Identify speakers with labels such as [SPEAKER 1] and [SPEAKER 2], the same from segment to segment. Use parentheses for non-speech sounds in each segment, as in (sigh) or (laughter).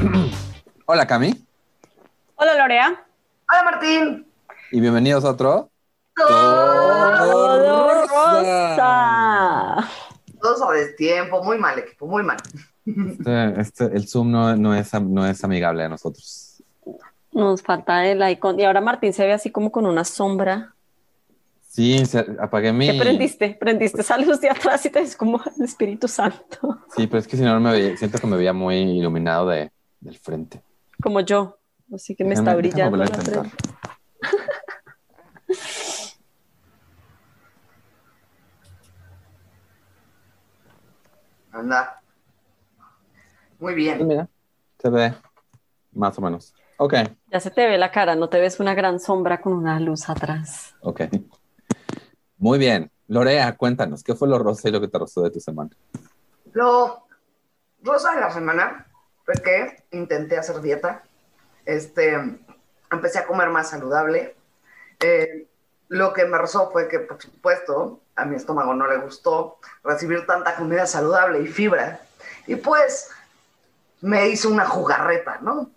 [SPEAKER 1] (clears throat) Hola, Cami.
[SPEAKER 2] Hola, Lorea.
[SPEAKER 3] Hola, Martín.
[SPEAKER 1] Y bienvenidos a otro.
[SPEAKER 2] Todo
[SPEAKER 1] Todo
[SPEAKER 2] rosa.
[SPEAKER 3] Todos a destiempo, muy mal equipo, muy mal.
[SPEAKER 1] Este- este- el Zoom no, no es, am- no es amigable a nosotros.
[SPEAKER 2] Nos falta el icon. Y ahora Martín se ve así como con una sombra.
[SPEAKER 1] Sí, se- apagué mi.
[SPEAKER 2] ¿Qué prendiste? Prendiste esa luz de atrás y te ves como el Espíritu Santo.
[SPEAKER 1] Sí, pero es que si no, no me veía- siento que me veía muy iluminado de, del frente.
[SPEAKER 2] Como yo. Así que me está
[SPEAKER 1] Déjame- déjame
[SPEAKER 2] brillando.
[SPEAKER 1] volver a
[SPEAKER 2] la
[SPEAKER 1] intentar.
[SPEAKER 2] frente.
[SPEAKER 3] Anda. Muy
[SPEAKER 1] Sí,
[SPEAKER 3] bien.
[SPEAKER 1] mira, se ve más o menos. Ok,
[SPEAKER 2] Ya se te ve la cara, no te ves una gran sombra con una luz atrás.
[SPEAKER 1] ok. Muy bien. Lorea, cuéntanos, ¿qué fue lo rosa y lo que te rozó de tu semana?
[SPEAKER 3] Lo rosa de la semana fue que intenté hacer dieta. Este, empecé a comer más saludable. Eh, lo que me rozó fue que, por supuesto, a mi estómago no le gustó recibir tanta comida saludable y fibra. Y pues me hice una jugarreta, ¿no?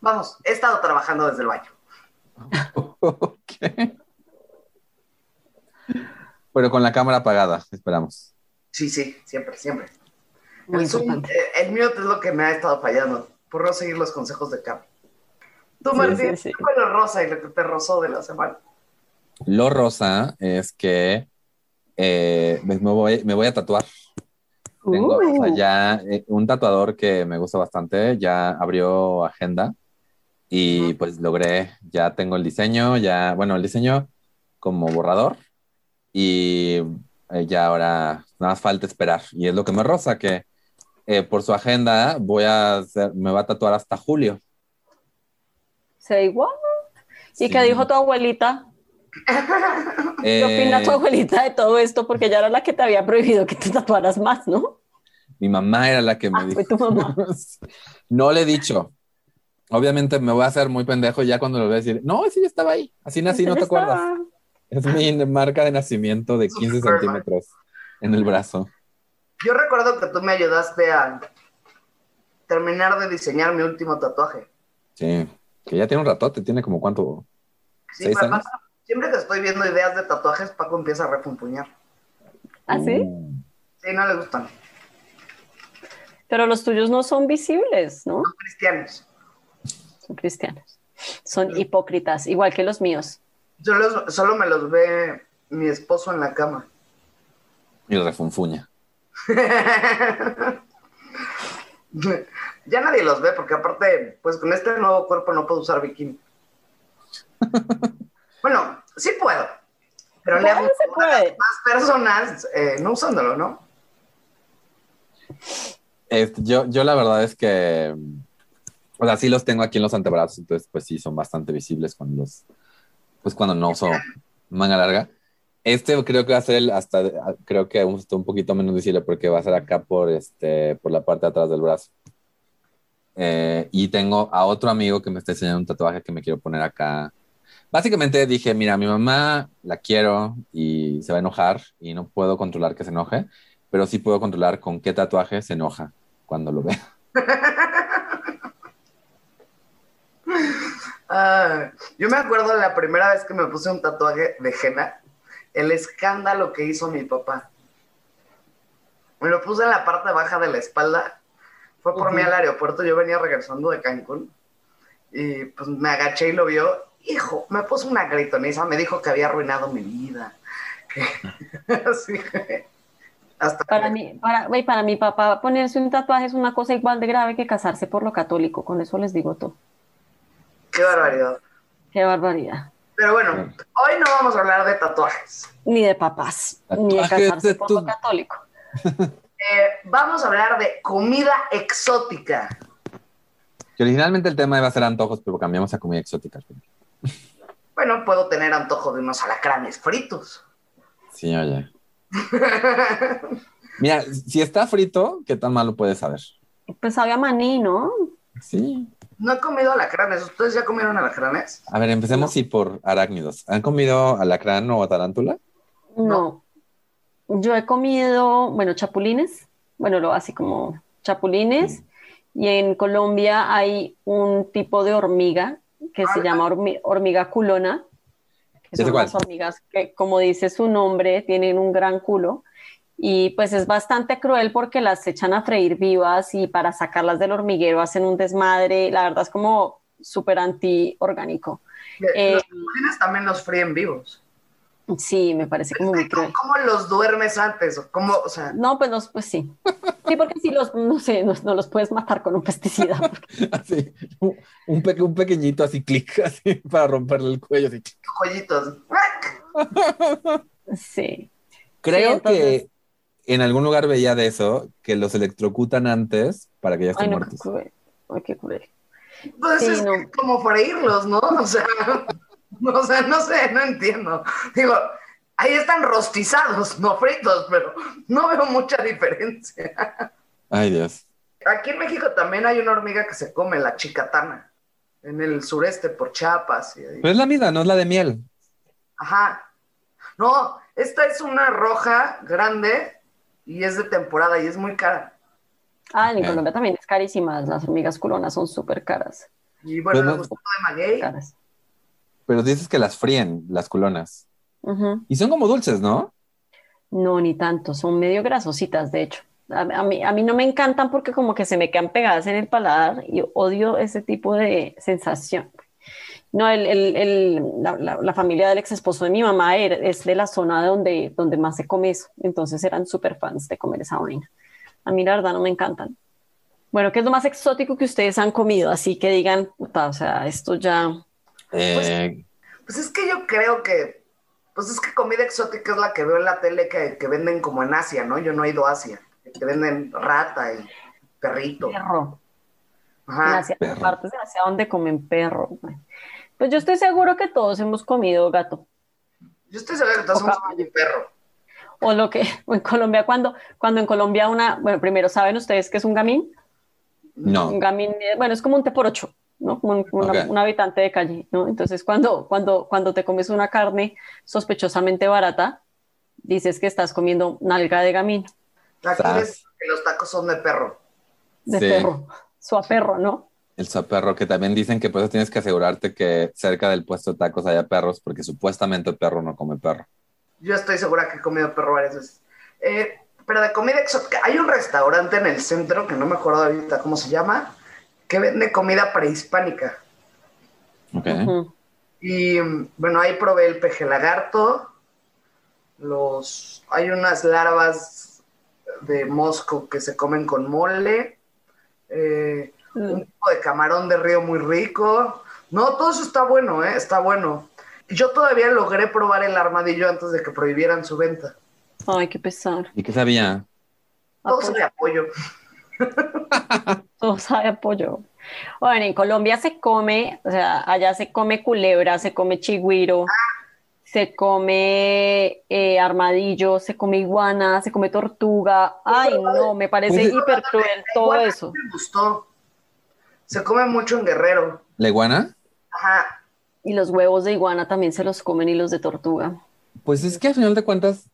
[SPEAKER 3] Vamos, he estado trabajando desde el baño.
[SPEAKER 1] Ok. Pero con la cámara apagada, esperamos.
[SPEAKER 3] Sí, sí, siempre, siempre.
[SPEAKER 2] Muy
[SPEAKER 3] el, Zoom,
[SPEAKER 2] importante.
[SPEAKER 3] eh, el mute es lo que me ha estado fallando, por no seguir los consejos de Cap. Tú,
[SPEAKER 2] Sí,
[SPEAKER 3] Martín,
[SPEAKER 2] sí, sí.
[SPEAKER 3] ¿qué fue lo rosa y lo que te rozó de la semana?
[SPEAKER 1] Lo rosa es que eh, me, voy, me voy a tatuar. Tengo, o sea,
[SPEAKER 2] Uh,
[SPEAKER 1] ya eh, un tatuador que me gusta bastante, ya abrió agenda y pues logré, ya tengo el diseño, ya, bueno, el diseño como borrador y eh, ya ahora nada más falta esperar. Y es lo que me roza, que eh, por su agenda voy a, hacer- me va a tatuar hasta julio.
[SPEAKER 2] Se ve igual. ¿Y
[SPEAKER 1] Sí.
[SPEAKER 2] qué dijo tu abuelita? ¿Qué opina
[SPEAKER 1] Eh,
[SPEAKER 2] tu abuelita de todo esto? Porque ya era la que te había prohibido que te tatuaras más, ¿no?
[SPEAKER 1] Mi mamá era la que me
[SPEAKER 2] Ah, pues.
[SPEAKER 1] dijo.
[SPEAKER 2] fue tu mamá.
[SPEAKER 1] (laughs) no le he dicho. Obviamente me voy a hacer muy pendejo ya cuando lo voy a decir. No, sí, yo estaba ahí. Así nací,
[SPEAKER 2] (laughs)
[SPEAKER 1] no te
[SPEAKER 2] Estaba-
[SPEAKER 1] acuerdas. Es mi marca de nacimiento de 15
[SPEAKER 3] Superman.
[SPEAKER 1] centímetros en el brazo.
[SPEAKER 3] Yo recuerdo que tú me ayudaste a terminar de diseñar mi último tatuaje.
[SPEAKER 1] Sí, que ya tiene un ratote, tiene como cuánto.
[SPEAKER 3] Sí,
[SPEAKER 1] ¿Seis
[SPEAKER 3] papá,
[SPEAKER 1] años?
[SPEAKER 3] siempre que estoy viendo ideas de tatuajes, Paco empieza a refunfuñar.
[SPEAKER 2] ¿Ah, sí?
[SPEAKER 1] Mm.
[SPEAKER 3] Sí, no le gustan.
[SPEAKER 2] Pero los tuyos no son visibles, ¿no?
[SPEAKER 3] Los cristianos.
[SPEAKER 2] Son cristianos. Son hipócritas, igual que los míos.
[SPEAKER 3] Yo los- solo me los ve mi esposo en la cama.
[SPEAKER 1] Y refunfuña.
[SPEAKER 3] (laughs) ya nadie los ve, porque aparte, pues con este nuevo cuerpo no puedo usar bikini. bueno, sí puedo, pero le
[SPEAKER 2] Claro,
[SPEAKER 3] hago
[SPEAKER 2] se puede.
[SPEAKER 3] más personas eh, no usándolo, ¿no?
[SPEAKER 1] Este, yo, yo la verdad es que. O sea, sí los tengo aquí en los antebrazos, entonces pues sí son bastante visibles cuando los. Pues cuando no uso manga larga. Este creo que va a ser el hasta, creo que un, un poquito menos visible porque va a ser acá por este, por la parte de atrás del brazo. Eh, y tengo a otro amigo que me está enseñando un tatuaje que me quiero poner acá. Básicamente dije, mira, mi mamá la quiero y se va a enojar y no puedo controlar que se enoje, pero sí puedo controlar con qué tatuaje se enoja cuando lo vea.
[SPEAKER 3] Ah, yo me acuerdo la primera vez que me puse un tatuaje de henna, el escándalo que hizo mi papá. Me lo puse en la parte baja de la espalda. Fue por mí
[SPEAKER 2] Ujú.
[SPEAKER 3] al aeropuerto, yo venía regresando de Cancún y pues me agaché y lo vio. Hijo, me puso una gritoniza, me dijo que había arruinado mi vida. que- (laughs) Así que- hasta
[SPEAKER 2] Para mí, para, güey, para mi papá, ponerse un tatuaje es una cosa igual de grave que casarse por lo católico. Con eso les digo todo.
[SPEAKER 3] qué barbaridad.
[SPEAKER 2] Qué barbaridad.
[SPEAKER 3] Pero bueno, hoy no vamos a hablar de tatuajes.
[SPEAKER 2] Ni de papás, ni de
[SPEAKER 1] Tatuajes
[SPEAKER 2] casarse
[SPEAKER 1] de
[SPEAKER 2] por
[SPEAKER 1] tu-
[SPEAKER 2] lo católico.
[SPEAKER 3] Eh, vamos a hablar de comida exótica.
[SPEAKER 1] Que originalmente el tema iba a ser antojos, pero cambiamos a comida exótica. al final.
[SPEAKER 3] Bueno, puedo tener antojo de unos alacranes fritos. (laughs)
[SPEAKER 1] Sí, oye. Mira, si está frito, ¿qué tan malo puede saber?
[SPEAKER 2] Pues sabe a maní, ¿no?
[SPEAKER 1] Sí.
[SPEAKER 3] No he comido alacranes. ¿Ustedes ya comieron alacranes?
[SPEAKER 1] A ver, empecemos
[SPEAKER 2] No.
[SPEAKER 1] sí, por arácnidos. ¿Han comido alacrán o tarántula? (laughs)
[SPEAKER 2] No. Yo he comido, bueno, chapulines, bueno, lo así como chapulines Y en Colombia hay un tipo de hormiga que se llama hormi- hormiga culona,
[SPEAKER 1] Ya
[SPEAKER 2] que
[SPEAKER 1] sé
[SPEAKER 2] son
[SPEAKER 1] cuál.
[SPEAKER 2] las hormigas que, como dice su nombre, tienen un gran culo. Y pues es bastante cruel porque las echan a freír vivas y para sacarlas del hormiguero hacen un desmadre. La verdad es como súper antiorgánico. Eh,
[SPEAKER 3] Eh, los delfines también los fríen vivos. Este,
[SPEAKER 2] Sí, me parece como muy cruel.
[SPEAKER 3] ¿Cómo los duermes antes? ¿O ¿Cómo, o sea,
[SPEAKER 2] No, pues, los, pues sí. Sí, porque si los, no sé, no, no los puedes matar con un pesticida. (laughs) porque-
[SPEAKER 1] Así, un, un pe- un pequeñito así, clic, (laughs) así, para romperle el cuello. así.
[SPEAKER 3] joyitos?
[SPEAKER 2] sí.
[SPEAKER 1] Creo
[SPEAKER 2] entonces-
[SPEAKER 1] que en algún lugar veía de eso, que los electrocutan antes para que ya
[SPEAKER 2] Ay,
[SPEAKER 1] estén
[SPEAKER 2] no, qué
[SPEAKER 1] muertos.
[SPEAKER 2] cruel. Ay, qué cruel.
[SPEAKER 3] Pues
[SPEAKER 2] Sí,
[SPEAKER 3] es
[SPEAKER 2] no.
[SPEAKER 3] como freírlos, ¿no? (laughs) O sea, o sea, no sé, no entiendo. Digo, ahí están rostizados, no fritos, pero no veo mucha diferencia.
[SPEAKER 1] Ay, Dios.
[SPEAKER 3] Aquí en México también hay una hormiga que se come, la chicatana, en el sureste, por Chiapas. y-
[SPEAKER 1] Pero es la misma, no es la de miel.
[SPEAKER 3] Ajá. No, esta es una roja grande y es de temporada y es muy cara.
[SPEAKER 2] Ah, en
[SPEAKER 1] Ok.
[SPEAKER 2] Colombia también es carísimas. Las hormigas culonas son súper caras.
[SPEAKER 3] Y bueno,
[SPEAKER 1] Pero-
[SPEAKER 3] el gusto de maguey.
[SPEAKER 2] caras.
[SPEAKER 1] Pero dices que las fríen, las culonas.
[SPEAKER 2] Ujú.
[SPEAKER 1] Y son como dulces, ¿no?
[SPEAKER 2] No, ni tanto. Son medio grasositas, de hecho. A, a mí, a mí no me encantan porque como que se me quedan pegadas en el paladar y odio ese tipo de sensación. No, el, el- el- la, la- la familia del ex esposo de mi mamá era- es de la zona donde, donde más se come eso. Entonces eran súper fans de comer esa vaina. A mí la verdad no me encantan. Bueno, ¿qué es lo más exótico que ustedes han comido? Así que digan, puta, o sea, esto ya...
[SPEAKER 1] Eh,
[SPEAKER 3] Pues es que yo creo que, pues es que comida exótica es la que veo en la tele que, que venden como en Asia, ¿no? Yo no he ido a Asia, que venden rata y perrito.
[SPEAKER 2] Perro.
[SPEAKER 3] Ajá.
[SPEAKER 2] hacia,
[SPEAKER 1] Ah, perro.
[SPEAKER 2] partes de Asia donde comen perro. güey. Pues yo estoy seguro que todos hemos comido gato.
[SPEAKER 3] Yo estoy segura que todos somos
[SPEAKER 2] Ojalá.
[SPEAKER 3] un perro.
[SPEAKER 2] O lo que (laughs) o en Colombia, cuando, cuando en Colombia una, bueno, primero saben ustedes que es un gamín. Un
[SPEAKER 1] no.
[SPEAKER 2] gamín, eh, bueno, es como un té por ocho, ¿no? Como un, una-
[SPEAKER 1] Ok.
[SPEAKER 2] un habitante de calle, ¿no? Entonces, cuando, cuando, cuando te comes una carne sospechosamente barata, dices que estás comiendo nalga de gamín,
[SPEAKER 3] Aquí
[SPEAKER 1] Sas.
[SPEAKER 3] ves que los tacos son de perro.
[SPEAKER 2] de
[SPEAKER 1] Sí.
[SPEAKER 2] perro, su perro, ¿no?
[SPEAKER 1] El perro, que también dicen que por eso tienes que asegurarte que cerca del puesto de tacos haya perros, porque supuestamente el perro no come perro.
[SPEAKER 3] Yo estoy segura que he comido perro varias veces. Eh, pero de comida exótica, hay un restaurante en el centro, que no me acuerdo ahorita cómo se llama, que vende comida prehispánica.
[SPEAKER 1] Ok.
[SPEAKER 2] Ujú.
[SPEAKER 3] Y mm, bueno, ahí probé el peje lagarto, los, hay unas larvas de mosco que se comen con mole, eh, un tipo de camarón de río muy rico. No, todo eso está bueno, ¿eh? está bueno. Yo todavía logré probar el armadillo antes de que prohibieran su venta.
[SPEAKER 2] Ay, qué pesar.
[SPEAKER 1] ¿Y qué sabía?
[SPEAKER 3] Todo se le apoyo.
[SPEAKER 2] Todo (laughs) sabe a pollo. Bueno, en Colombia se come, o sea, allá se come culebra, se come chigüiro, se come eh, armadillo, se come iguana, se come tortuga. Ay, no, me parece
[SPEAKER 1] Pues,
[SPEAKER 2] hiper cruel todo
[SPEAKER 3] Igual
[SPEAKER 2] eso.
[SPEAKER 3] Me gustó. Se come mucho en Guerrero.
[SPEAKER 1] ¿La iguana?
[SPEAKER 3] Ajá.
[SPEAKER 2] Y los huevos de iguana también se los comen y los de tortuga.
[SPEAKER 1] Pues es que al final de cuentas,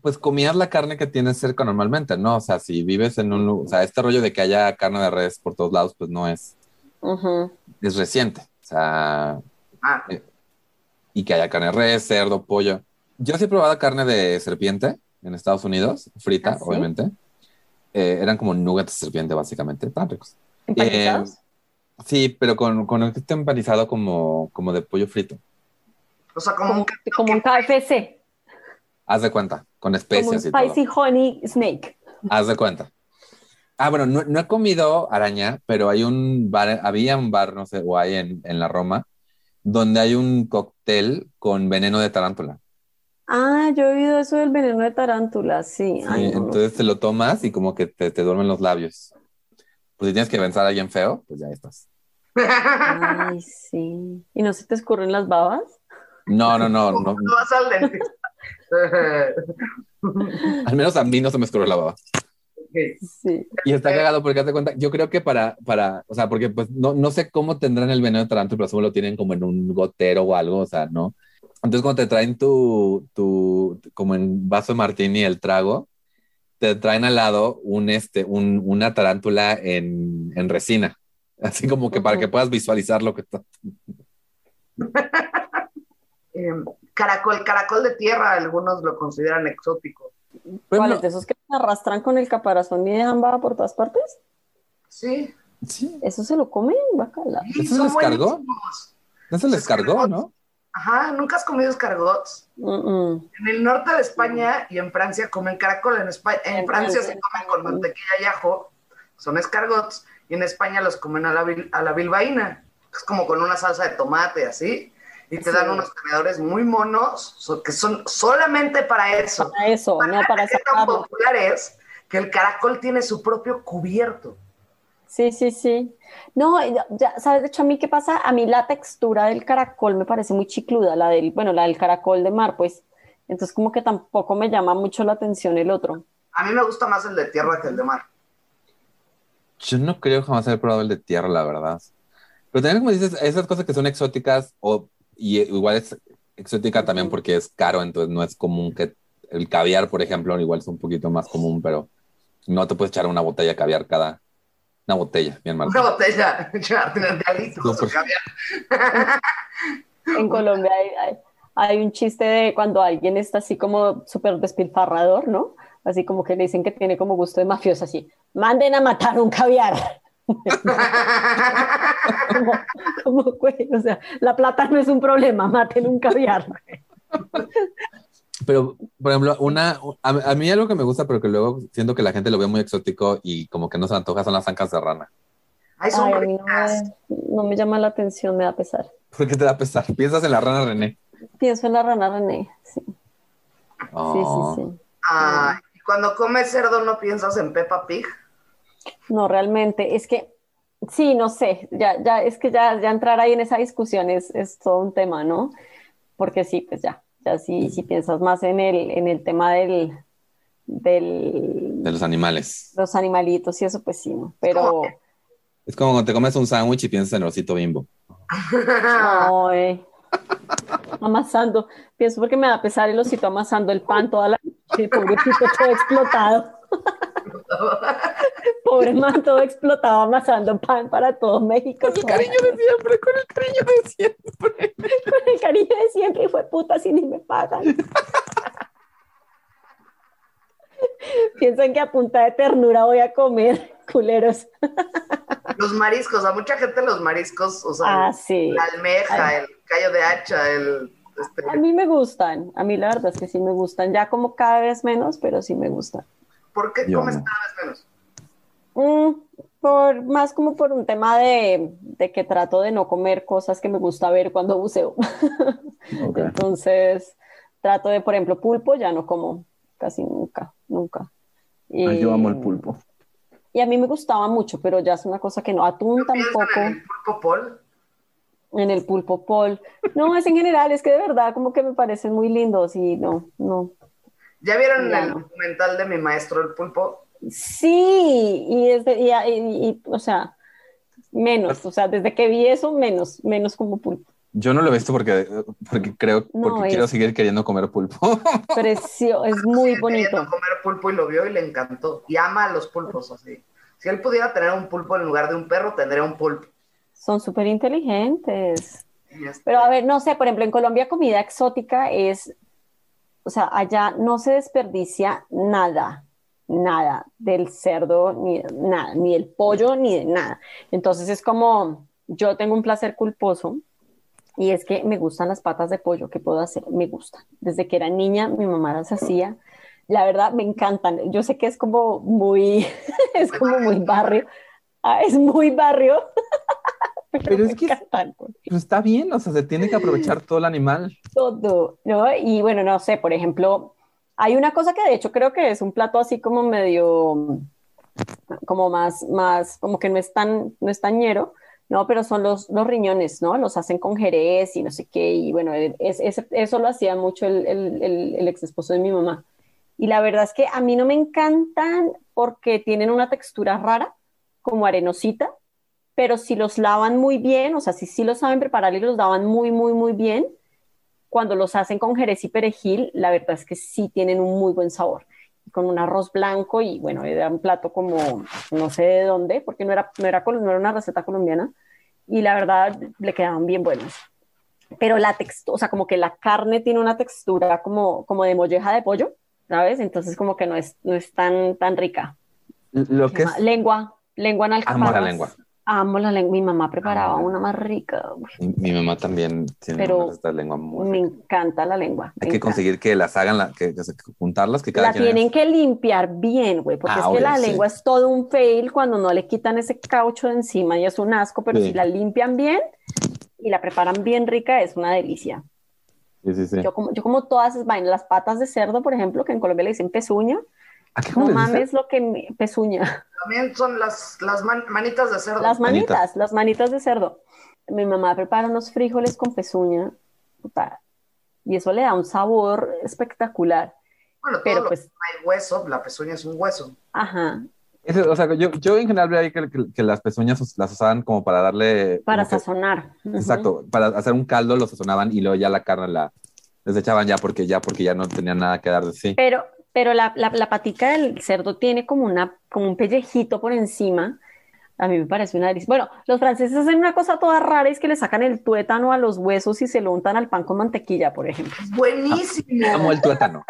[SPEAKER 1] pues comías la carne que tienes cerca normalmente, ¿no? O sea, si vives en un lugar, o sea, este rollo de que haya carne de res por todos lados, pues no es,
[SPEAKER 2] Ujú.
[SPEAKER 1] es reciente. O sea,
[SPEAKER 3] Ah,
[SPEAKER 1] y que haya carne de res, cerdo, pollo. Yo sí he probado carne de serpiente en Estados Unidos, frita,
[SPEAKER 2] ¿Ah, sí?
[SPEAKER 1] obviamente. Eh, eran como nuggets de serpiente, básicamente, tan ricos.
[SPEAKER 2] Empanizados.
[SPEAKER 1] Sí, pero con, con este empanizado como, como de pollo frito.
[SPEAKER 3] o sea, como
[SPEAKER 2] como,
[SPEAKER 3] un
[SPEAKER 2] como un KFC,
[SPEAKER 1] Haz de cuenta, con
[SPEAKER 2] como un
[SPEAKER 1] especias y todo.
[SPEAKER 2] spicy honey snake.
[SPEAKER 1] Haz de cuenta. Ah, bueno, no, no he comido araña, pero hay un bar, había un bar, no sé, o hay en, en la Roma, donde hay un cóctel con veneno de tarántula.
[SPEAKER 2] Ah, yo he oído eso del veneno de tarántula, sí. Ay,
[SPEAKER 1] Sí,
[SPEAKER 2] no, no.
[SPEAKER 1] entonces te lo tomas y como que te, te duermen los labios. Pues si tienes que pensar a alguien feo, pues ya estás.
[SPEAKER 2] Ay, sí. ¿Y no se te escurren las babas?
[SPEAKER 1] No, no, no,
[SPEAKER 2] (laughs)
[SPEAKER 1] no.
[SPEAKER 3] (laughs) No vas al dentista. (laughs)
[SPEAKER 1] Al menos a mí no se me escurrió la baba.
[SPEAKER 3] Ok.
[SPEAKER 2] Sí.
[SPEAKER 1] Y está
[SPEAKER 3] Eh.
[SPEAKER 1] cagado porque hazte cuenta, yo creo que para, para, o sea, porque pues no, no sé cómo tendrán el veneno de tarántula, pero seguro lo tienen como en un gotero o algo, o sea, ¿no? Entonces cuando te traen tu, tu, como en vaso de martini el trago, te traen al lado un, este, un, una tarántula en, en resina. (laughs) Así como que para que puedas visualizar lo que está.
[SPEAKER 3] Eh, caracol, caracol de tierra, algunos lo consideran exótico.
[SPEAKER 2] ¿Cuáles de esos que arrastran con el caparazón y dejan baba por todas partes?
[SPEAKER 3] Sí.
[SPEAKER 1] Sí.
[SPEAKER 2] ¿Eso se lo comen? Bacala.
[SPEAKER 3] Sí,
[SPEAKER 1] ¿Eso
[SPEAKER 3] son
[SPEAKER 1] les cargó?
[SPEAKER 3] buenísimos.
[SPEAKER 1] No se les cargó, ¿no?
[SPEAKER 3] Ajá, ¿nunca has comido escargots?
[SPEAKER 2] Mm-mm.
[SPEAKER 3] En el norte de España y en Francia comen caracol. En, Espa- en
[SPEAKER 2] En
[SPEAKER 3] Francia
[SPEAKER 2] Francia.
[SPEAKER 3] se comen con mantequilla y ajo, son escargots. Y en España los comen a la, bil- a la bilbaína, que es como con una salsa de tomate, así. Y te dan
[SPEAKER 2] Sí.
[SPEAKER 3] unos tenedores muy monos, so- que son solamente para eso.
[SPEAKER 2] Para eso, no, para
[SPEAKER 3] Es tan
[SPEAKER 2] sacarlo.
[SPEAKER 3] populares que el caracol tiene su propio cubierto.
[SPEAKER 2] Sí, sí, sí. No, ya, ya, ¿sabes? De hecho, a mí, ¿qué pasa? A mí la textura del caracol me parece muy chicluda, la del, bueno, la del caracol de mar, pues. Entonces, como que tampoco me llama mucho la atención el otro.
[SPEAKER 3] A mí me gusta más el de tierra que el de mar.
[SPEAKER 1] Yo no creo jamás haber probado el de tierra, la verdad. Pero también, como dices, esas cosas que son exóticas, o, y e, igual es exótica también porque es caro, entonces no es común que el caviar, por ejemplo, igual es un poquito más común, pero no te puedes echar una botella de caviar cada. Una botella, bien mal.
[SPEAKER 3] Una botella (laughs) ya, de alitos,
[SPEAKER 1] Súper.
[SPEAKER 2] pues.
[SPEAKER 3] o caviar.
[SPEAKER 2] En Colombia hay, hay- hay un chiste de cuando alguien está así como súper despilfarrador, ¿no? Así como que le dicen que tiene como gusto de mafioso, así, manden a matar un caviar. (laughs) Como, como, güey, o sea, la plata no es un problema, maten un caviar.
[SPEAKER 1] Pero, por ejemplo, una, a, a mí algo que me gusta, pero que luego siento que la gente lo ve muy exótico y como que no se antoja, son las ancas de rana. (laughs)
[SPEAKER 3] Ay, son
[SPEAKER 2] Ay, a mí no
[SPEAKER 3] ricas.
[SPEAKER 2] me, no me llama la atención, me da pesar.
[SPEAKER 1] Porque te da pesar. Piensas en la rana René.
[SPEAKER 2] Pienso en la rana René, sí,
[SPEAKER 1] Oh.
[SPEAKER 2] sí, sí, sí.
[SPEAKER 3] Ay, y cuando comes cerdo no piensas en Peppa Pig.
[SPEAKER 2] No, realmente, es que, sí, no sé, ya, ya, es que ya, ya entrar ahí en esa discusión es, es todo un tema, ¿no? Porque sí, pues ya, ya sí, si piensas más en el, en el tema del, del,
[SPEAKER 1] De los animales.
[SPEAKER 2] los animalitos y eso, pues sí, ¿no? Pero,
[SPEAKER 1] Es como cuando te comes un sándwich y piensas en el osito bimbo.
[SPEAKER 2] ay, eh, amasando, pienso porque me da pesar el osito amasando el pan toda la noche, pobrecito, todo explotado. (laughs) Pobre man, todo explotado amasando pan para todo México. todo-
[SPEAKER 1] de siempre, con el cariño de siempre.
[SPEAKER 2] Con el cariño de siempre y fue puta si ni me pagan. (laughs) Piensan que a punta de ternura voy a comer, culeros.
[SPEAKER 3] (laughs) Los mariscos, a mucha gente los mariscos, o sea,
[SPEAKER 2] Ah, sí.
[SPEAKER 3] la almeja,
[SPEAKER 2] Ay.
[SPEAKER 3] el callo de hacha, el... este,
[SPEAKER 2] A mí me gustan, a mí la verdad es que sí me gustan, ya como cada vez menos, pero sí me gustan.
[SPEAKER 3] ¿Por qué
[SPEAKER 1] Yo
[SPEAKER 3] comes
[SPEAKER 1] no.
[SPEAKER 3] cada vez menos?
[SPEAKER 2] Mm, por, más como por un tema de, de que trato de no comer cosas que me gusta ver cuando buceo. Entonces, trato de, por ejemplo, pulpo ya no como casi nunca, nunca. Y,
[SPEAKER 4] Ay, yo amo
[SPEAKER 2] Eh.
[SPEAKER 4] el pulpo.
[SPEAKER 2] Y a mí me gustaba mucho, pero ya es una cosa que no. Atún
[SPEAKER 3] ¿Piensan en
[SPEAKER 2] tampoco,
[SPEAKER 3] el pulpo Paul?
[SPEAKER 2] en el pulpo pol. No, es en general, es que de verdad como que me parecen muy lindos y no, no.
[SPEAKER 3] ¿Ya vieron
[SPEAKER 2] Ya
[SPEAKER 3] el
[SPEAKER 2] no.
[SPEAKER 3] documental de mi maestro, el pulpo?
[SPEAKER 2] Sí, y, es de- y, y- y- o sea, menos, o sea, desde que vi eso, menos, menos como pulpo.
[SPEAKER 1] Yo no lo he visto porque, porque creo,
[SPEAKER 2] No,
[SPEAKER 1] porque
[SPEAKER 2] es-
[SPEAKER 1] quiero seguir queriendo comer pulpo. (laughs)
[SPEAKER 2] Precio, es muy bonito.
[SPEAKER 3] Queriendo comer pulpo y lo vio y le encantó. Y ama a los pulpos, así. Si él pudiera tener un pulpo en lugar de un perro, tendría un pulpo.
[SPEAKER 2] Son súper inteligentes.
[SPEAKER 3] Y este,
[SPEAKER 2] Pero a ver, no sé, por ejemplo, en Colombia comida exótica es, o sea, allá no se desperdicia nada, nada del cerdo, ni de nada, ni del pollo, ni de nada. Entonces es como, yo tengo un placer culposo y es que me gustan las patas de pollo, ¿qué puedo hacer? Me gustan. Desde que era niña, mi mamá las hacía. La verdad, me encantan. Yo sé que es como muy, (laughs) es como muy barrio. Ah, es muy barrio. (laughs) Pero,
[SPEAKER 1] Pero
[SPEAKER 2] me
[SPEAKER 1] es que es-
[SPEAKER 2] encantan, pues
[SPEAKER 1] Pero está bien, o sea, se tiene que aprovechar todo el animal.
[SPEAKER 2] todo, ¿no? Y bueno, no sé, por ejemplo, hay una cosa que de hecho creo que es un plato así como medio, como más, más, como que no es tan, no es tañero, ¿no? Pero son los, los riñones, ¿no? Los hacen con jerez y no sé qué, y bueno, e, es- es- eso lo hacía mucho el, el, el- el ex esposo de mi mamá. Y la verdad es que a mí no me encantan porque tienen una textura rara, como arenosita, pero si los lavan muy bien, o sea, si sí los saben preparar y los lavan muy, muy, muy bien, cuando los hacen con jerez y perejil, la verdad es que sí tienen un muy buen sabor. con un arroz blanco y bueno, era un plato como no sé de dónde, porque no era, no era, col- no era una receta colombiana y la verdad le quedaban bien buenos. Pero la textura, o sea, como que la carne tiene una textura como, como de molleja de pollo, ¿sabes? Entonces como que no es, no es tan, tan rica.
[SPEAKER 1] Lo que es.
[SPEAKER 2] Lengua, lengua en
[SPEAKER 1] Amo
[SPEAKER 2] alcaparras.
[SPEAKER 1] la lengua.
[SPEAKER 2] Amo la lengua. Mi mamá preparaba
[SPEAKER 1] Amo la-
[SPEAKER 2] una más rica. Uy,
[SPEAKER 1] Mi, mi mamá también tiene
[SPEAKER 2] Pero-
[SPEAKER 1] una esta lengua muy
[SPEAKER 2] me
[SPEAKER 1] rica.
[SPEAKER 2] encanta la lengua. me
[SPEAKER 1] Hay que
[SPEAKER 2] encanta.
[SPEAKER 1] conseguir que las hagan, la- que, que se- que juntarlas, que cada
[SPEAKER 2] La
[SPEAKER 1] quien
[SPEAKER 2] tienen
[SPEAKER 1] haga-
[SPEAKER 2] que limpiar bien, güey, porque
[SPEAKER 1] Ah,
[SPEAKER 2] es que
[SPEAKER 1] obvio,
[SPEAKER 2] la
[SPEAKER 1] sí.
[SPEAKER 2] lengua es todo un fail cuando no le quitan ese caucho de encima y es un asco, pero
[SPEAKER 1] Sí.
[SPEAKER 2] si la limpian bien y la preparan bien rica, es una delicia.
[SPEAKER 1] Sí, sí, sí.
[SPEAKER 2] Yo como, yo como todas esas vainas, las patas de cerdo, por ejemplo, que en Colombia le dicen pezuña,
[SPEAKER 1] ¿A qué cómo
[SPEAKER 2] no
[SPEAKER 1] les dicen?
[SPEAKER 2] mames lo que me- pezuña,
[SPEAKER 3] También son las, las man- manitas de cerdo.
[SPEAKER 2] las
[SPEAKER 1] Manitas.
[SPEAKER 2] manitas, las manitas de cerdo. Mi mamá prepara unos frijoles con pezuña, puta, y eso le da un sabor espectacular,
[SPEAKER 3] bueno, todo
[SPEAKER 2] pero
[SPEAKER 3] lo
[SPEAKER 2] pues,
[SPEAKER 3] que hay hueso, la pezuña es un hueso.
[SPEAKER 2] ajá,
[SPEAKER 1] Ese- o sea, yo, yo en general veía que, que- que las pezuñas us- las usaban como para darle.
[SPEAKER 2] para
[SPEAKER 1] como que-
[SPEAKER 2] sazonar. Ujú.
[SPEAKER 1] Exacto, para hacer un caldo lo sazonaban y luego ya la carne la desechaban ya porque ya, porque ya no tenía nada que dar de sí.
[SPEAKER 2] Pero, pero la, la, la patica del cerdo tiene como una, como un pellejito por encima. A mí me parece una delicia. Bueno, los franceses hacen una cosa toda rara, es que le sacan el tuétano a los huesos y se lo untan al pan con mantequilla, por ejemplo.
[SPEAKER 3] Es buenísimo.
[SPEAKER 1] Amo el tuétano.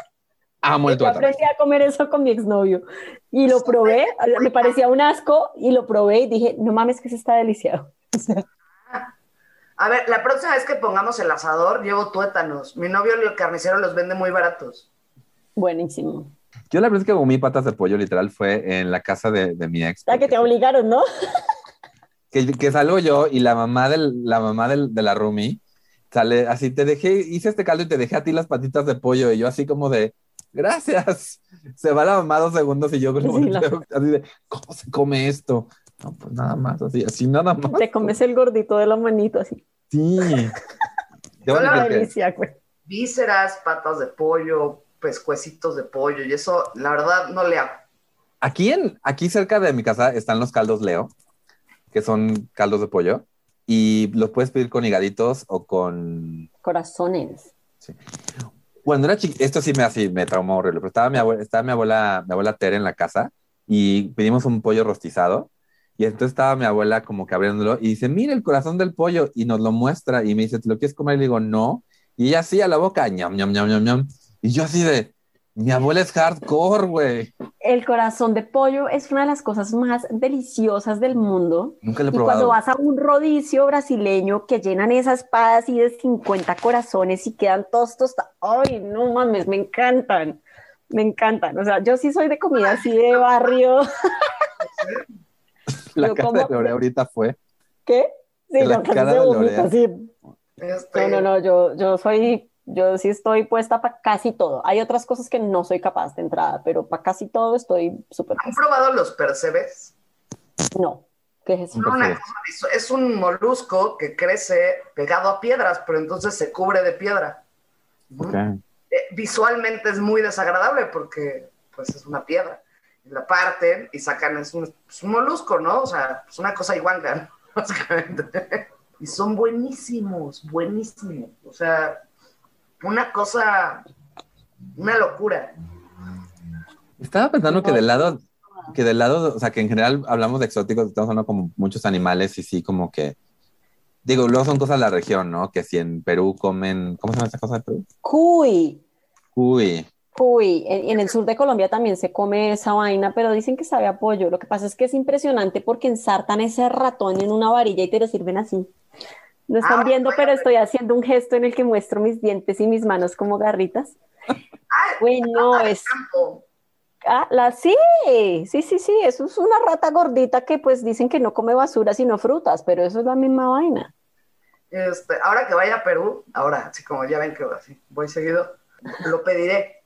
[SPEAKER 1] Amo el
[SPEAKER 2] Yo
[SPEAKER 1] tuétano.
[SPEAKER 2] aprendí a comer eso con mi exnovio y lo probé, me parecía un asco y lo probé y dije, no mames que se está (laughs) deliciado.
[SPEAKER 3] A ver, la próxima vez que pongamos el asador, llevo tuétanos. Mi novio, el carnicero, los vende muy baratos.
[SPEAKER 2] Buenísimo.
[SPEAKER 1] Yo la verdad es que comí patas de pollo literal fue en la casa de, de mi ex.
[SPEAKER 2] O sea, que te
[SPEAKER 1] porque-
[SPEAKER 2] obligaron, ¿no?
[SPEAKER 1] que, que salgo yo y la mamá del, la mamá del, de la Rumi sale así, te dejé, hice este caldo y te dejé a ti las patitas de pollo y yo así como de, gracias. Se va la mamá dos segundos y yo como
[SPEAKER 2] Sí, la-
[SPEAKER 1] (laughs) así de, ¿cómo se come esto? No, pues nada más, así, así nada más.
[SPEAKER 2] Te comes el gordito de la manito así.
[SPEAKER 1] Sí. Debo
[SPEAKER 3] Hola,
[SPEAKER 1] admitir
[SPEAKER 2] Una
[SPEAKER 1] que
[SPEAKER 2] delicia, güey.
[SPEAKER 3] Vísceras, patas de pollo, pescuecitos de pollo, y eso, la verdad, no le hago.
[SPEAKER 1] aquí, en, aquí cerca de mi casa están los caldos Leo, que son caldos de pollo, y los puedes pedir con higaditos o con
[SPEAKER 2] Corazones.
[SPEAKER 1] Cuando era chiquita, esto sí me así me traumó horrible, pero estaba mi abuela, estaba mi abuela, mi abuela Tere en la casa y pedimos un pollo rostizado y entonces estaba mi abuela como que abriéndolo y dice, "Mira el corazón del pollo" y nos lo muestra y me dice, "¿Te lo quieres comer?" Y le digo, "No." Y ella así a la boca, ñam ñam ñam ñam ñam. Y yo así de, "Mi abuela es hardcore, güey."
[SPEAKER 2] El corazón de pollo es una de las cosas más deliciosas del mundo.
[SPEAKER 1] Nunca lo he
[SPEAKER 2] Y cuando
[SPEAKER 1] (laughs) probado.
[SPEAKER 2] vas a un rodicio brasileño que llenan esa espada así de 50 corazones y quedan todos tostados. Ay, no mames, me encantan. Me encantan. O sea, yo sí soy de comida así de barrio. (laughs)
[SPEAKER 1] La
[SPEAKER 2] Yo
[SPEAKER 1] cara
[SPEAKER 2] como-
[SPEAKER 1] de Lore ahorita fue.
[SPEAKER 2] ¿Qué? Sí,
[SPEAKER 1] De la
[SPEAKER 2] no, casi
[SPEAKER 1] cara
[SPEAKER 2] se
[SPEAKER 1] de
[SPEAKER 2] vomita,
[SPEAKER 1] Lorea.
[SPEAKER 2] sí.
[SPEAKER 3] Este,
[SPEAKER 2] No, no, no, yo, yo soy, yo sí estoy puesta para casi todo. Hay otras cosas que no soy capaz de entrada, pero para casi todo estoy súper.
[SPEAKER 3] ¿Han probado los percebes?
[SPEAKER 2] No. ¿Qué es eso?
[SPEAKER 3] No, una
[SPEAKER 1] Percebes.
[SPEAKER 3] cosa de eso. Es un molusco que crece pegado a piedras, pero entonces se cubre de piedra. Ujú. Eh, visualmente es muy desagradable porque pues es una piedra. La parten y sacan, es un, es un molusco, ¿no? O sea, es una cosa iguanga, ¿no? (laughs) básicamente. Y son buenísimos, buenísimos. O sea, una cosa, una locura.
[SPEAKER 1] Estaba pensando que
[SPEAKER 2] No.
[SPEAKER 1] del lado, que del lado, o sea, que en general hablamos de exóticos, estamos hablando como muchos animales y sí, como que, digo, luego son cosas de la región, ¿no? Que si en Perú comen, ¿cómo se llama esta cosa de Perú?
[SPEAKER 2] Cuy.
[SPEAKER 1] Uy,
[SPEAKER 2] Uy, en, en el sur de Colombia también se come esa vaina, pero dicen que sabe a pollo. Lo que pasa es que es impresionante porque ensartan ese ratón en una varilla y te lo sirven así. No están
[SPEAKER 3] Ah,
[SPEAKER 2] viendo, pero estoy haciendo un gesto en el que muestro mis dientes y mis manos como garritas.
[SPEAKER 3] Ah,
[SPEAKER 2] Bueno, es...
[SPEAKER 3] campo.
[SPEAKER 2] Ah, la, sí, sí, sí, sí, eso es una rata gordita que pues dicen que no come basura sino frutas, pero eso es la misma vaina.
[SPEAKER 3] Este, ahora que vaya a Perú, ahora, así como ya ven que así, voy seguido, lo pediré.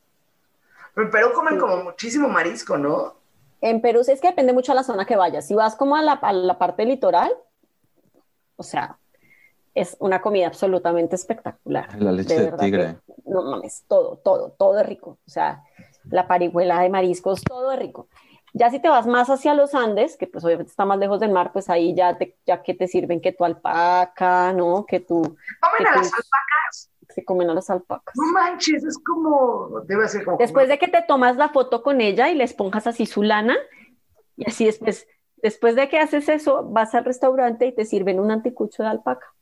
[SPEAKER 3] Pero en Perú comen como muchísimo marisco, ¿no?
[SPEAKER 2] En Perú sí, es que depende mucho a la zona que vayas. Si vas como a la, a la parte litoral, o sea, es una comida absolutamente espectacular.
[SPEAKER 1] la leche
[SPEAKER 2] De
[SPEAKER 1] de,
[SPEAKER 2] verdad
[SPEAKER 1] tigre.
[SPEAKER 2] que no mames, todo, todo, todo es rico. O sea, la parihuela de mariscos, todo es rico. Ya si te vas más hacia los Andes, que pues obviamente está más lejos del mar, pues ahí ya, te, ya que te sirven que tu alpaca, ¿no? Que tu...
[SPEAKER 3] Comen a
[SPEAKER 2] que
[SPEAKER 3] las
[SPEAKER 2] tu-
[SPEAKER 3] alpacas.
[SPEAKER 2] se comen a las alpacas.
[SPEAKER 3] No manches, es como. Debe ser como.
[SPEAKER 2] Después de que te tomas la foto con ella y le esponjas así su lana, y así después, después de que haces eso, vas al restaurante y te sirven un anticucho de alpaca.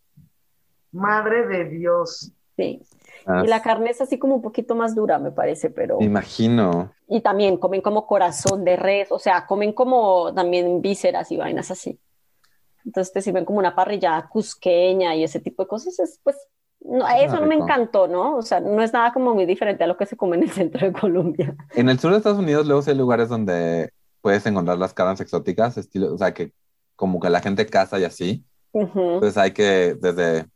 [SPEAKER 3] Madre de Dios.
[SPEAKER 2] Sí.
[SPEAKER 1] Ah,
[SPEAKER 2] ¿eh? Y la carne es así como un poquito más dura, me parece, pero...
[SPEAKER 1] Me imagino.
[SPEAKER 2] Y también comen como corazón de res, o sea, comen como también vísceras y vainas así. Entonces te sirven como una parrillada cusqueña y ese tipo de cosas. Es, pues, no, eso no me
[SPEAKER 1] Ah, rico.
[SPEAKER 2] encantó, ¿no? O sea, no es nada como muy diferente a lo que se come en el centro de Colombia.
[SPEAKER 1] En el sur de Estados Unidos luego sí hay lugares donde puedes encontrar las carnes exóticas, estilo, o sea, que como que la gente caza y así.
[SPEAKER 2] Ujú.
[SPEAKER 1] Entonces hay que, desde...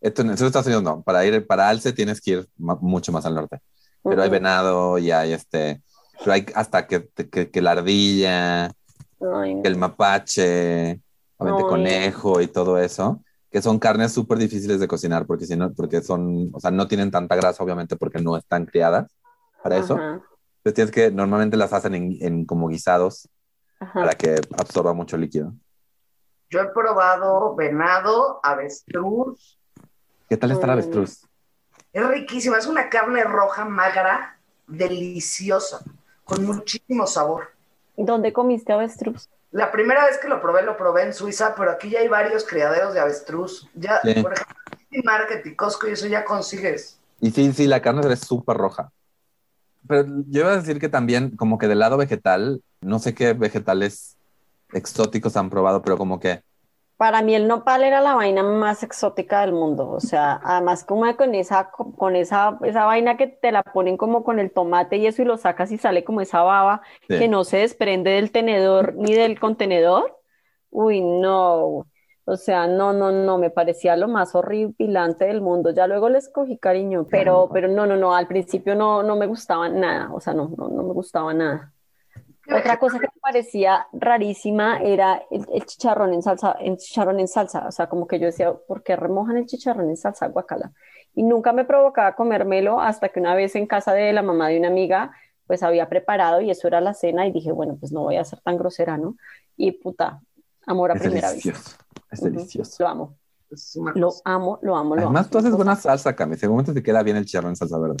[SPEAKER 1] Esto en el sur de Estados Unidos no, para ir para Alce tienes que ir ma- mucho más al norte. Pero hay
[SPEAKER 2] Ujú.
[SPEAKER 1] venado y hay este... Pero hay hasta que, que, que la ardilla,
[SPEAKER 2] Ay, no.
[SPEAKER 1] que el mapache, obviamente
[SPEAKER 2] Ay.
[SPEAKER 1] conejo y todo eso, que son carnes súper difíciles de cocinar porque si no, porque son, o sea, no tienen tanta grasa obviamente porque no están criadas para eso.
[SPEAKER 2] Ajá,
[SPEAKER 1] Entonces tienes que, normalmente las hacen en, en como guisados
[SPEAKER 2] ajá.
[SPEAKER 1] para que absorba mucho líquido.
[SPEAKER 3] Yo he probado venado, avestruz.
[SPEAKER 1] ¿Qué tal está la
[SPEAKER 2] Mm.
[SPEAKER 1] avestruz?
[SPEAKER 3] Es riquísima. Es una carne roja, magra, deliciosa, con muchísimo sabor.
[SPEAKER 2] ¿Dónde comiste avestruz?
[SPEAKER 3] La primera vez que lo probé, lo probé en Suiza, pero aquí ya hay varios criaderos de avestruz. Ya,
[SPEAKER 1] Sí.
[SPEAKER 3] por ejemplo, Market y Costco y eso ya consigues.
[SPEAKER 1] Y sí, sí, la carne se ve súper roja. Pero yo iba a decir que también, como que del lado vegetal, no sé qué vegetales exóticos han probado, pero como que
[SPEAKER 2] Para mí el nopal era la vaina más exótica del mundo, o sea, además como con esa, con esa, esa vaina que te la ponen como con el tomate y eso y lo sacas y sale como esa baba
[SPEAKER 1] Sí.
[SPEAKER 2] que no se desprende del tenedor ni del contenedor. Uy, no, o sea, no, no, no, me parecía lo más horripilante del mundo. Ya luego les cogí cariño, pero, pero no, no, no, al principio no, no me gustaba nada, o sea, no, no, no me gustaba nada. Otra cosa que me parecía rarísima era el, el chicharrón en salsa, el chicharrón en salsa, o sea, como que yo decía, ¿por qué remojan el chicharrón en salsa, guacala? Y nunca me provocaba comérmelo hasta que una vez en casa de la mamá de una amiga, pues había preparado y eso era la cena y dije, bueno, pues no voy a ser tan grosera, ¿no? Y puta, amor a
[SPEAKER 1] es
[SPEAKER 2] primera vista.
[SPEAKER 1] delicioso. Es
[SPEAKER 2] Ujú.
[SPEAKER 1] delicioso.
[SPEAKER 2] Lo amo,
[SPEAKER 3] Es una
[SPEAKER 2] lo
[SPEAKER 3] cosa.
[SPEAKER 2] amo, lo amo, lo amo.
[SPEAKER 1] Además, tú haces buena salsa, Cami. Seguramente te queda bien el chicharrón en salsa verde.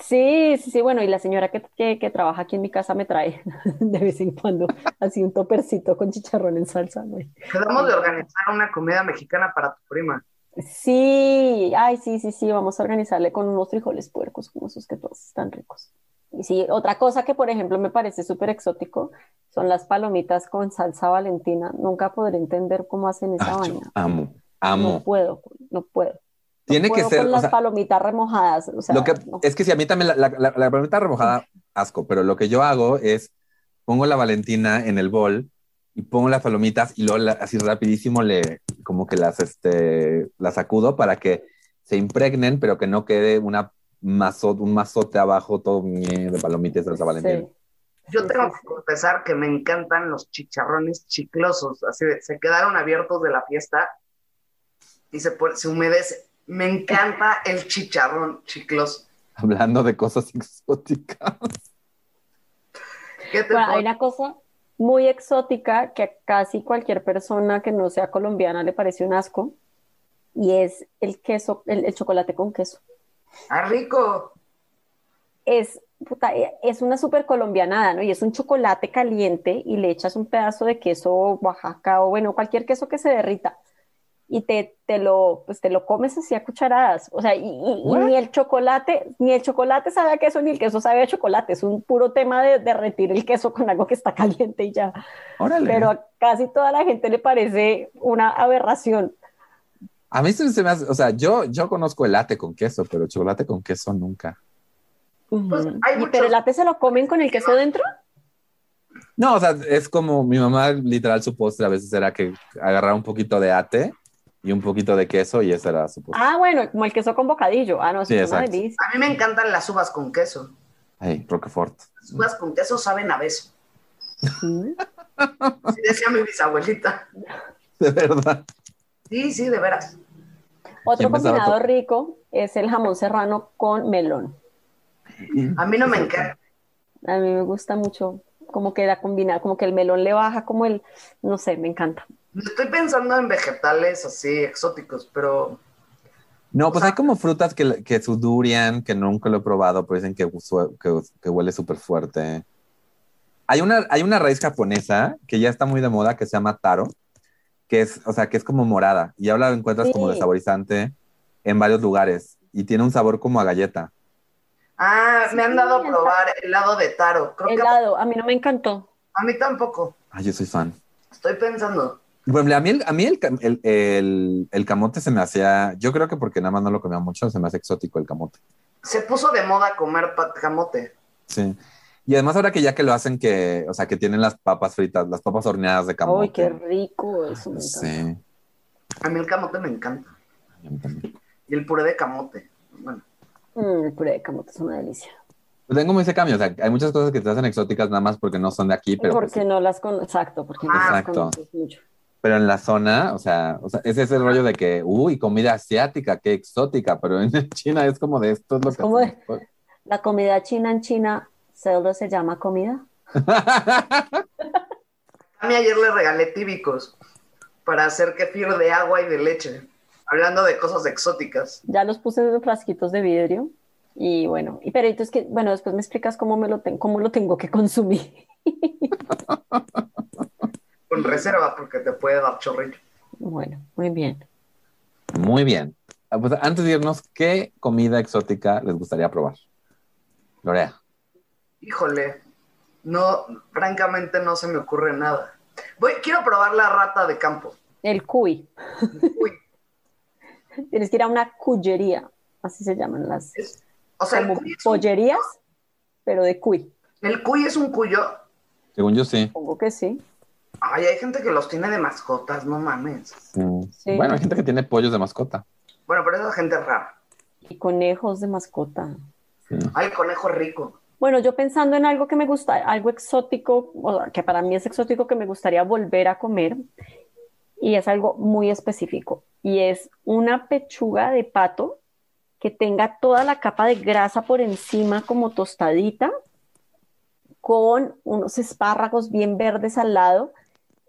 [SPEAKER 2] Sí, sí, sí, bueno, y la señora que, que, que trabaja aquí en mi casa me trae (laughs) de vez en cuando así un topercito con chicharrón en salsa, ¿no?
[SPEAKER 3] Quedamos de organizar una comida mexicana para tu prima.
[SPEAKER 2] Sí, ay, sí, sí, sí, vamos a organizarle con unos frijoles puercos como esos que todos están ricos. Y sí, otra cosa que, por ejemplo, me parece súper exótico son las palomitas con salsa Valentina. Nunca podré entender cómo hacen esa
[SPEAKER 1] Ah, yo
[SPEAKER 2] vaina.
[SPEAKER 1] amo,
[SPEAKER 2] No
[SPEAKER 1] amo.
[SPEAKER 2] puedo, no puedo. No
[SPEAKER 1] Tiene que
[SPEAKER 2] puedo
[SPEAKER 1] ser,
[SPEAKER 2] con
[SPEAKER 1] o
[SPEAKER 2] las
[SPEAKER 1] sea,
[SPEAKER 2] palomitas remojadas, o sea,
[SPEAKER 1] lo que,
[SPEAKER 2] no.
[SPEAKER 1] es que si a mí también la, la, la- la palomita remojada, asco, pero lo que yo hago es pongo la Valentina en el bol y pongo las palomitas y luego la- así rapidísimo le, como que las, este, las sacudo para que se impregnen, pero que no quede una mazo- un mazote abajo todo ñe, de palomitas de salsa Valentina. (laughs)
[SPEAKER 2] Sí.
[SPEAKER 3] Yo
[SPEAKER 2] Sí,
[SPEAKER 3] tengo
[SPEAKER 2] sí,
[SPEAKER 3] que
[SPEAKER 2] sí.
[SPEAKER 3] confesar que me encantan los chicharrones chiclosos, así de- se quedaron abiertos de la fiesta y se, pone- se humedece. Me encanta el chicharrón chicloso.
[SPEAKER 1] Hablando de cosas (laughs) exóticas.
[SPEAKER 3] ¿Qué te
[SPEAKER 2] Bueno,
[SPEAKER 3] puedo-
[SPEAKER 2] hay una cosa muy exótica que a casi cualquier persona que no sea colombiana le parece un asco y es el queso, el, el chocolate con queso.
[SPEAKER 3] Ah, rico.
[SPEAKER 2] Es, puta, eh, es una super colombianada, ¿no? Y es un chocolate caliente y le echas un pedazo de queso Oaxaca o bueno, cualquier queso que se derrita y te, te lo, pues te lo comes así a cucharadas. O sea, y, y- y
[SPEAKER 1] ¿What?
[SPEAKER 2] ni el chocolate, ni el chocolate sabe a queso, ni el queso sabe a chocolate. Es un puro tema de derretir el queso con algo que está caliente y ya.
[SPEAKER 1] Órale.
[SPEAKER 2] pero a casi toda la gente le parece una aberración.
[SPEAKER 1] A mí se, se me hace, o sea, yo, yo conozco el latte con queso, pero chocolate con queso nunca.
[SPEAKER 3] Pues,
[SPEAKER 2] Ujú.
[SPEAKER 3] hay
[SPEAKER 2] ¿Y
[SPEAKER 3] muchos-
[SPEAKER 2] pero el latte se lo comen con el queso dentro?
[SPEAKER 1] No, o sea, es como mi mamá, literal, su postre a veces era que agarraba un poquito de ate y un poquito de queso y ese era su postre.
[SPEAKER 2] Ah, bueno, como el queso con bocadillo. Ah, no, eso
[SPEAKER 1] Sí,
[SPEAKER 2] es una
[SPEAKER 1] exacto.
[SPEAKER 2] delicia.
[SPEAKER 3] A mí me encantan las uvas con queso.
[SPEAKER 1] Ay, Roquefort. (laughs)
[SPEAKER 3] Las uvas con queso saben a beso.
[SPEAKER 2] Mm.
[SPEAKER 3] Así decía mi bisabuelita.
[SPEAKER 1] De verdad.
[SPEAKER 3] Sí, sí, de veras.
[SPEAKER 2] Otro
[SPEAKER 1] ¿Quién pensaba
[SPEAKER 2] combinado
[SPEAKER 1] todo?
[SPEAKER 2] rico es el jamón serrano con melón.
[SPEAKER 3] A mí no me encanta.
[SPEAKER 2] A mí me gusta mucho como queda combinado, como que el melón le baja como el, no sé, me encanta.
[SPEAKER 3] Estoy pensando en vegetales así exóticos, pero
[SPEAKER 1] No, pues hay como frutas que, que su durian, que nunca lo he probado, pero dicen que, su- que- que huele súper fuerte. Hay una, hay una raíz japonesa que ya está muy de moda que se llama taro, que es, o sea, que es como morada. Y ahora la encuentras como de
[SPEAKER 2] Sí.
[SPEAKER 1] saborizante en varios lugares y tiene un sabor como a galleta.
[SPEAKER 3] Ah,
[SPEAKER 2] Sí,
[SPEAKER 3] me han dado a
[SPEAKER 2] el
[SPEAKER 3] probar helado de taro. Creo que
[SPEAKER 2] Helado, a mí no me encantó.
[SPEAKER 3] a mí tampoco.
[SPEAKER 1] Ay, yo soy fan.
[SPEAKER 3] Estoy pensando.
[SPEAKER 1] Bueno, a mí, el, a mí el, cam- el- el- el camote se me hacía, yo creo que porque nada más no lo comía mucho, se me hace exótico el camote.
[SPEAKER 3] Se puso de moda comer pa- camote.
[SPEAKER 1] Sí. Y además ahora que ya que lo hacen que, o sea, que tienen las papas fritas, las papas horneadas de camote. Ah,
[SPEAKER 2] Ay, qué rico eso. me encanta.
[SPEAKER 1] Sí,
[SPEAKER 3] A mí el camote me encanta.
[SPEAKER 1] a mí también.
[SPEAKER 3] Y el puré de camote. Bueno,
[SPEAKER 2] Mm, el puré de camote es una delicia.
[SPEAKER 1] Pues tengo ese cambio, o sea, hay muchas cosas que te hacen exóticas nada más porque no son de aquí, pero,
[SPEAKER 2] porque
[SPEAKER 1] pues,
[SPEAKER 2] no las con... Exacto, porque no las
[SPEAKER 1] Exacto.
[SPEAKER 2] conoces mucho.
[SPEAKER 1] pero en la zona, o sea, o sea, es ese rollo de que, uy, comida asiática, qué exótica, pero en (laughs) China es como de esto es lo que...
[SPEAKER 2] ¿Cómo es?
[SPEAKER 1] hacemos.
[SPEAKER 2] La comida china en China, ¿solo se llama comida?
[SPEAKER 1] (laughs)
[SPEAKER 3] a mí ayer le regalé tíbicos para hacer kefir de agua y de leche. Hablando de cosas exóticas.
[SPEAKER 2] Ya los puse en los frasquitos de vidrio. Y bueno, y pero entonces que, bueno, después me explicas cómo me lo ten- cómo lo tengo que consumir. (laughs)
[SPEAKER 3] Con reserva porque te puede dar chorrillo.
[SPEAKER 2] Bueno, muy bien.
[SPEAKER 1] Muy bien. Ah, Pues antes de irnos, ¿qué comida exótica les gustaría probar? Lorea.
[SPEAKER 3] Híjole. No, francamente no se me ocurre nada. Voy, quiero probar la rata de campo.
[SPEAKER 2] El cuy.
[SPEAKER 3] Uy,
[SPEAKER 2] Tienes que ir a una cuyería, así se llaman las
[SPEAKER 3] es- o sea, el
[SPEAKER 2] como
[SPEAKER 3] cuy, es un-
[SPEAKER 2] pollerías, pero de cuy.
[SPEAKER 3] el cuy es un cuyo.
[SPEAKER 1] Según yo sí.
[SPEAKER 2] Supongo que sí.
[SPEAKER 3] Ay, hay gente que los tiene de mascotas, no mames.
[SPEAKER 2] Sí.
[SPEAKER 1] Bueno, hay gente que tiene pollos de mascota.
[SPEAKER 3] Bueno, pero esa gente es rara.
[SPEAKER 2] Y conejos de mascota.
[SPEAKER 1] Sí.
[SPEAKER 3] Ay, conejo rico.
[SPEAKER 2] Bueno, yo pensando en algo que me gusta, algo exótico, o sea, que para mí es exótico, que me gustaría volver a comer, y es algo muy específico, y es una pechuga de pato que tenga toda la capa de grasa por encima como tostadita, con unos espárragos bien verdes al lado,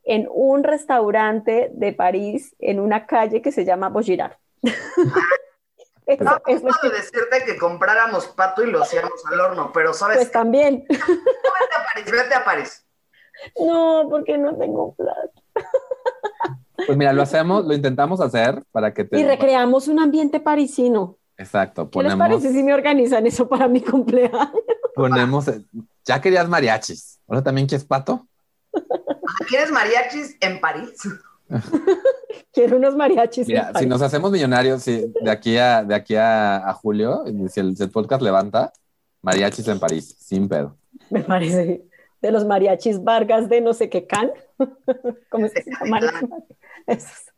[SPEAKER 2] en un restaurante de París, en una calle que se llama Vaugirard. (laughs) Eso
[SPEAKER 3] Ah,
[SPEAKER 2] es lo
[SPEAKER 3] acabo
[SPEAKER 2] que
[SPEAKER 3] de decirte que compráramos pato y lo hacíamos al horno, pero
[SPEAKER 2] pues
[SPEAKER 3] ¿sabes? qué?
[SPEAKER 2] también. (laughs)
[SPEAKER 3] Vete a París, vete a París.
[SPEAKER 2] No, porque no tengo plata.
[SPEAKER 1] Pues mira, lo hacemos, lo intentamos hacer para que te.
[SPEAKER 2] Y recreamos un ambiente parisino.
[SPEAKER 1] Exacto,
[SPEAKER 2] ¿Qué les
[SPEAKER 1] ponemos,
[SPEAKER 2] parece si me organizan eso para mi (laughs) cumpleaños?
[SPEAKER 1] ponemos. eh, Ya querías mariachis. Ahora también quieres pato.
[SPEAKER 3] ¿Quieres mariachis en París? (laughs)
[SPEAKER 2] Quiero unos mariachis. en
[SPEAKER 1] Mira, si
[SPEAKER 2] París.
[SPEAKER 1] nos hacemos millonarios sí, de aquí a de aquí a, a julio, si el, si el podcast levanta, mariachis en París, sin pedo.
[SPEAKER 2] Me parece de los mariachis Vargas de no sé qué can. (laughs) ¿Cómo es que se llama? Esos.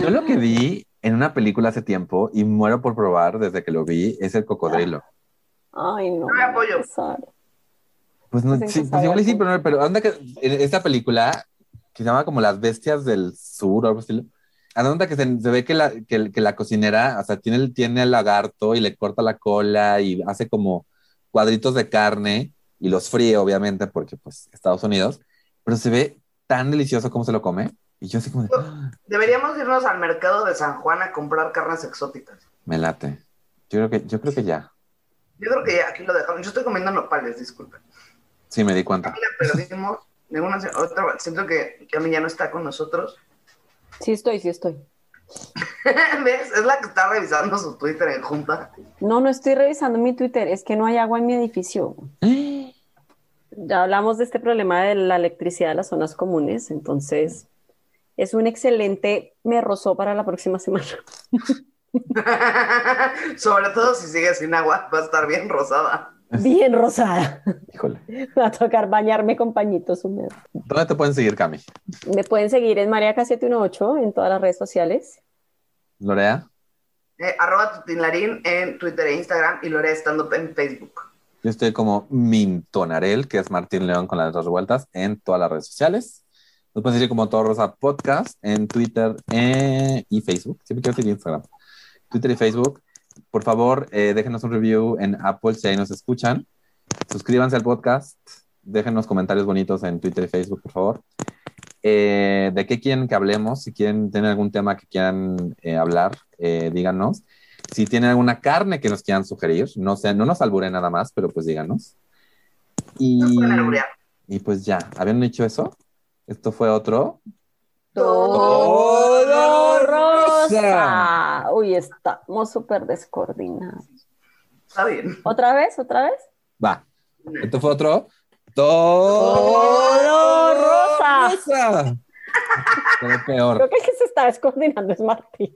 [SPEAKER 1] Yo lo que vi en una película hace tiempo y muero por probar desde que lo vi es el cocodrilo.
[SPEAKER 2] Ay, no.
[SPEAKER 3] Yo me apoyo.
[SPEAKER 2] qué pesar.
[SPEAKER 1] Pues no,
[SPEAKER 2] Dicen
[SPEAKER 1] sí,
[SPEAKER 2] que
[SPEAKER 1] pues igual y sí,
[SPEAKER 2] sabe
[SPEAKER 1] pero,
[SPEAKER 2] a
[SPEAKER 1] no, pero anda que en esta película que se llama como Las Bestias del Sur o algo así, anda que se, se ve que la, que, que la cocinera, o sea, tiene el, tiene el lagarto y le corta la cola y hace como cuadritos de carne y los fríe, obviamente, porque pues Estados Unidos, pero se ve tan delicioso como se lo come. Y yo así como, de, "Ah,
[SPEAKER 3] Deberíamos irnos al mercado de San Juan a comprar carnes exóticas.
[SPEAKER 1] me late. Yo creo que, yo creo que ya.
[SPEAKER 3] Yo creo que ya aquí lo dejamos. Yo estoy comiendo nopales, disculpen.
[SPEAKER 1] Sí, me di
[SPEAKER 3] A (gasps)
[SPEAKER 1] cuenta.
[SPEAKER 3] mí la perdimos. De una, otra, siento que Cami ya no está con nosotros. (laughs)
[SPEAKER 2] Sí estoy, sí estoy.
[SPEAKER 3] ¿Ves? Es la que está revisando su Twitter en junta. (laughs)
[SPEAKER 2] No, no estoy revisando mi Twitter. Es que no hay agua en mi edificio. Ya hablamos de este problema de la electricidad de las zonas comunes. Entonces, es un excelente me rozó para la próxima semana.
[SPEAKER 3] Sobre todo si sigue sin agua, va a estar bien rosada.
[SPEAKER 2] Bien rosada.
[SPEAKER 1] Híjole.
[SPEAKER 2] (laughs) Va a tocar bañarme con pañitos húmedos.
[SPEAKER 1] ¿Dónde te pueden seguir, Cami?
[SPEAKER 2] Me pueden seguir en mariaca718 en todas las redes sociales.
[SPEAKER 1] Lorea.
[SPEAKER 3] Eh, arroba tutinlarín en Twitter e Instagram y Lorea estando up en Facebook.
[SPEAKER 1] Yo estoy como Mintonarel, que es Martín León con las dos vueltas, en todas las redes sociales. Nos pueden seguir como Todo Rosa Podcast en Twitter eh, y Facebook. Siempre quiero decir Instagram. Twitter y Facebook. Por favor, eh, déjenos un review en Apple si ahí nos escuchan. Suscríbanse al podcast. Déjenos comentarios bonitos en Twitter y Facebook, por favor. eh, de qué quieren que hablemos, si quieren tener algún tema que quieran eh, hablar, eh, díganos. Si tienen alguna carne que nos quieran sugerir, no sé, no nos alburen nada más, pero pues díganos. Y,
[SPEAKER 3] Nos pueden alburear.
[SPEAKER 1] y pues ya, ¿habían dicho eso? Esto fue otro.
[SPEAKER 2] Todo
[SPEAKER 1] Todo
[SPEAKER 2] rosa. Uy, estamos súper descoordinados.
[SPEAKER 3] Está bien.
[SPEAKER 2] ¿Otra vez? ¿Otra vez?
[SPEAKER 1] Va. Esto fue otro. Todo
[SPEAKER 2] rosa.
[SPEAKER 1] rosa. Qué peor.
[SPEAKER 2] Creo que el que se está descoordinando es Martín.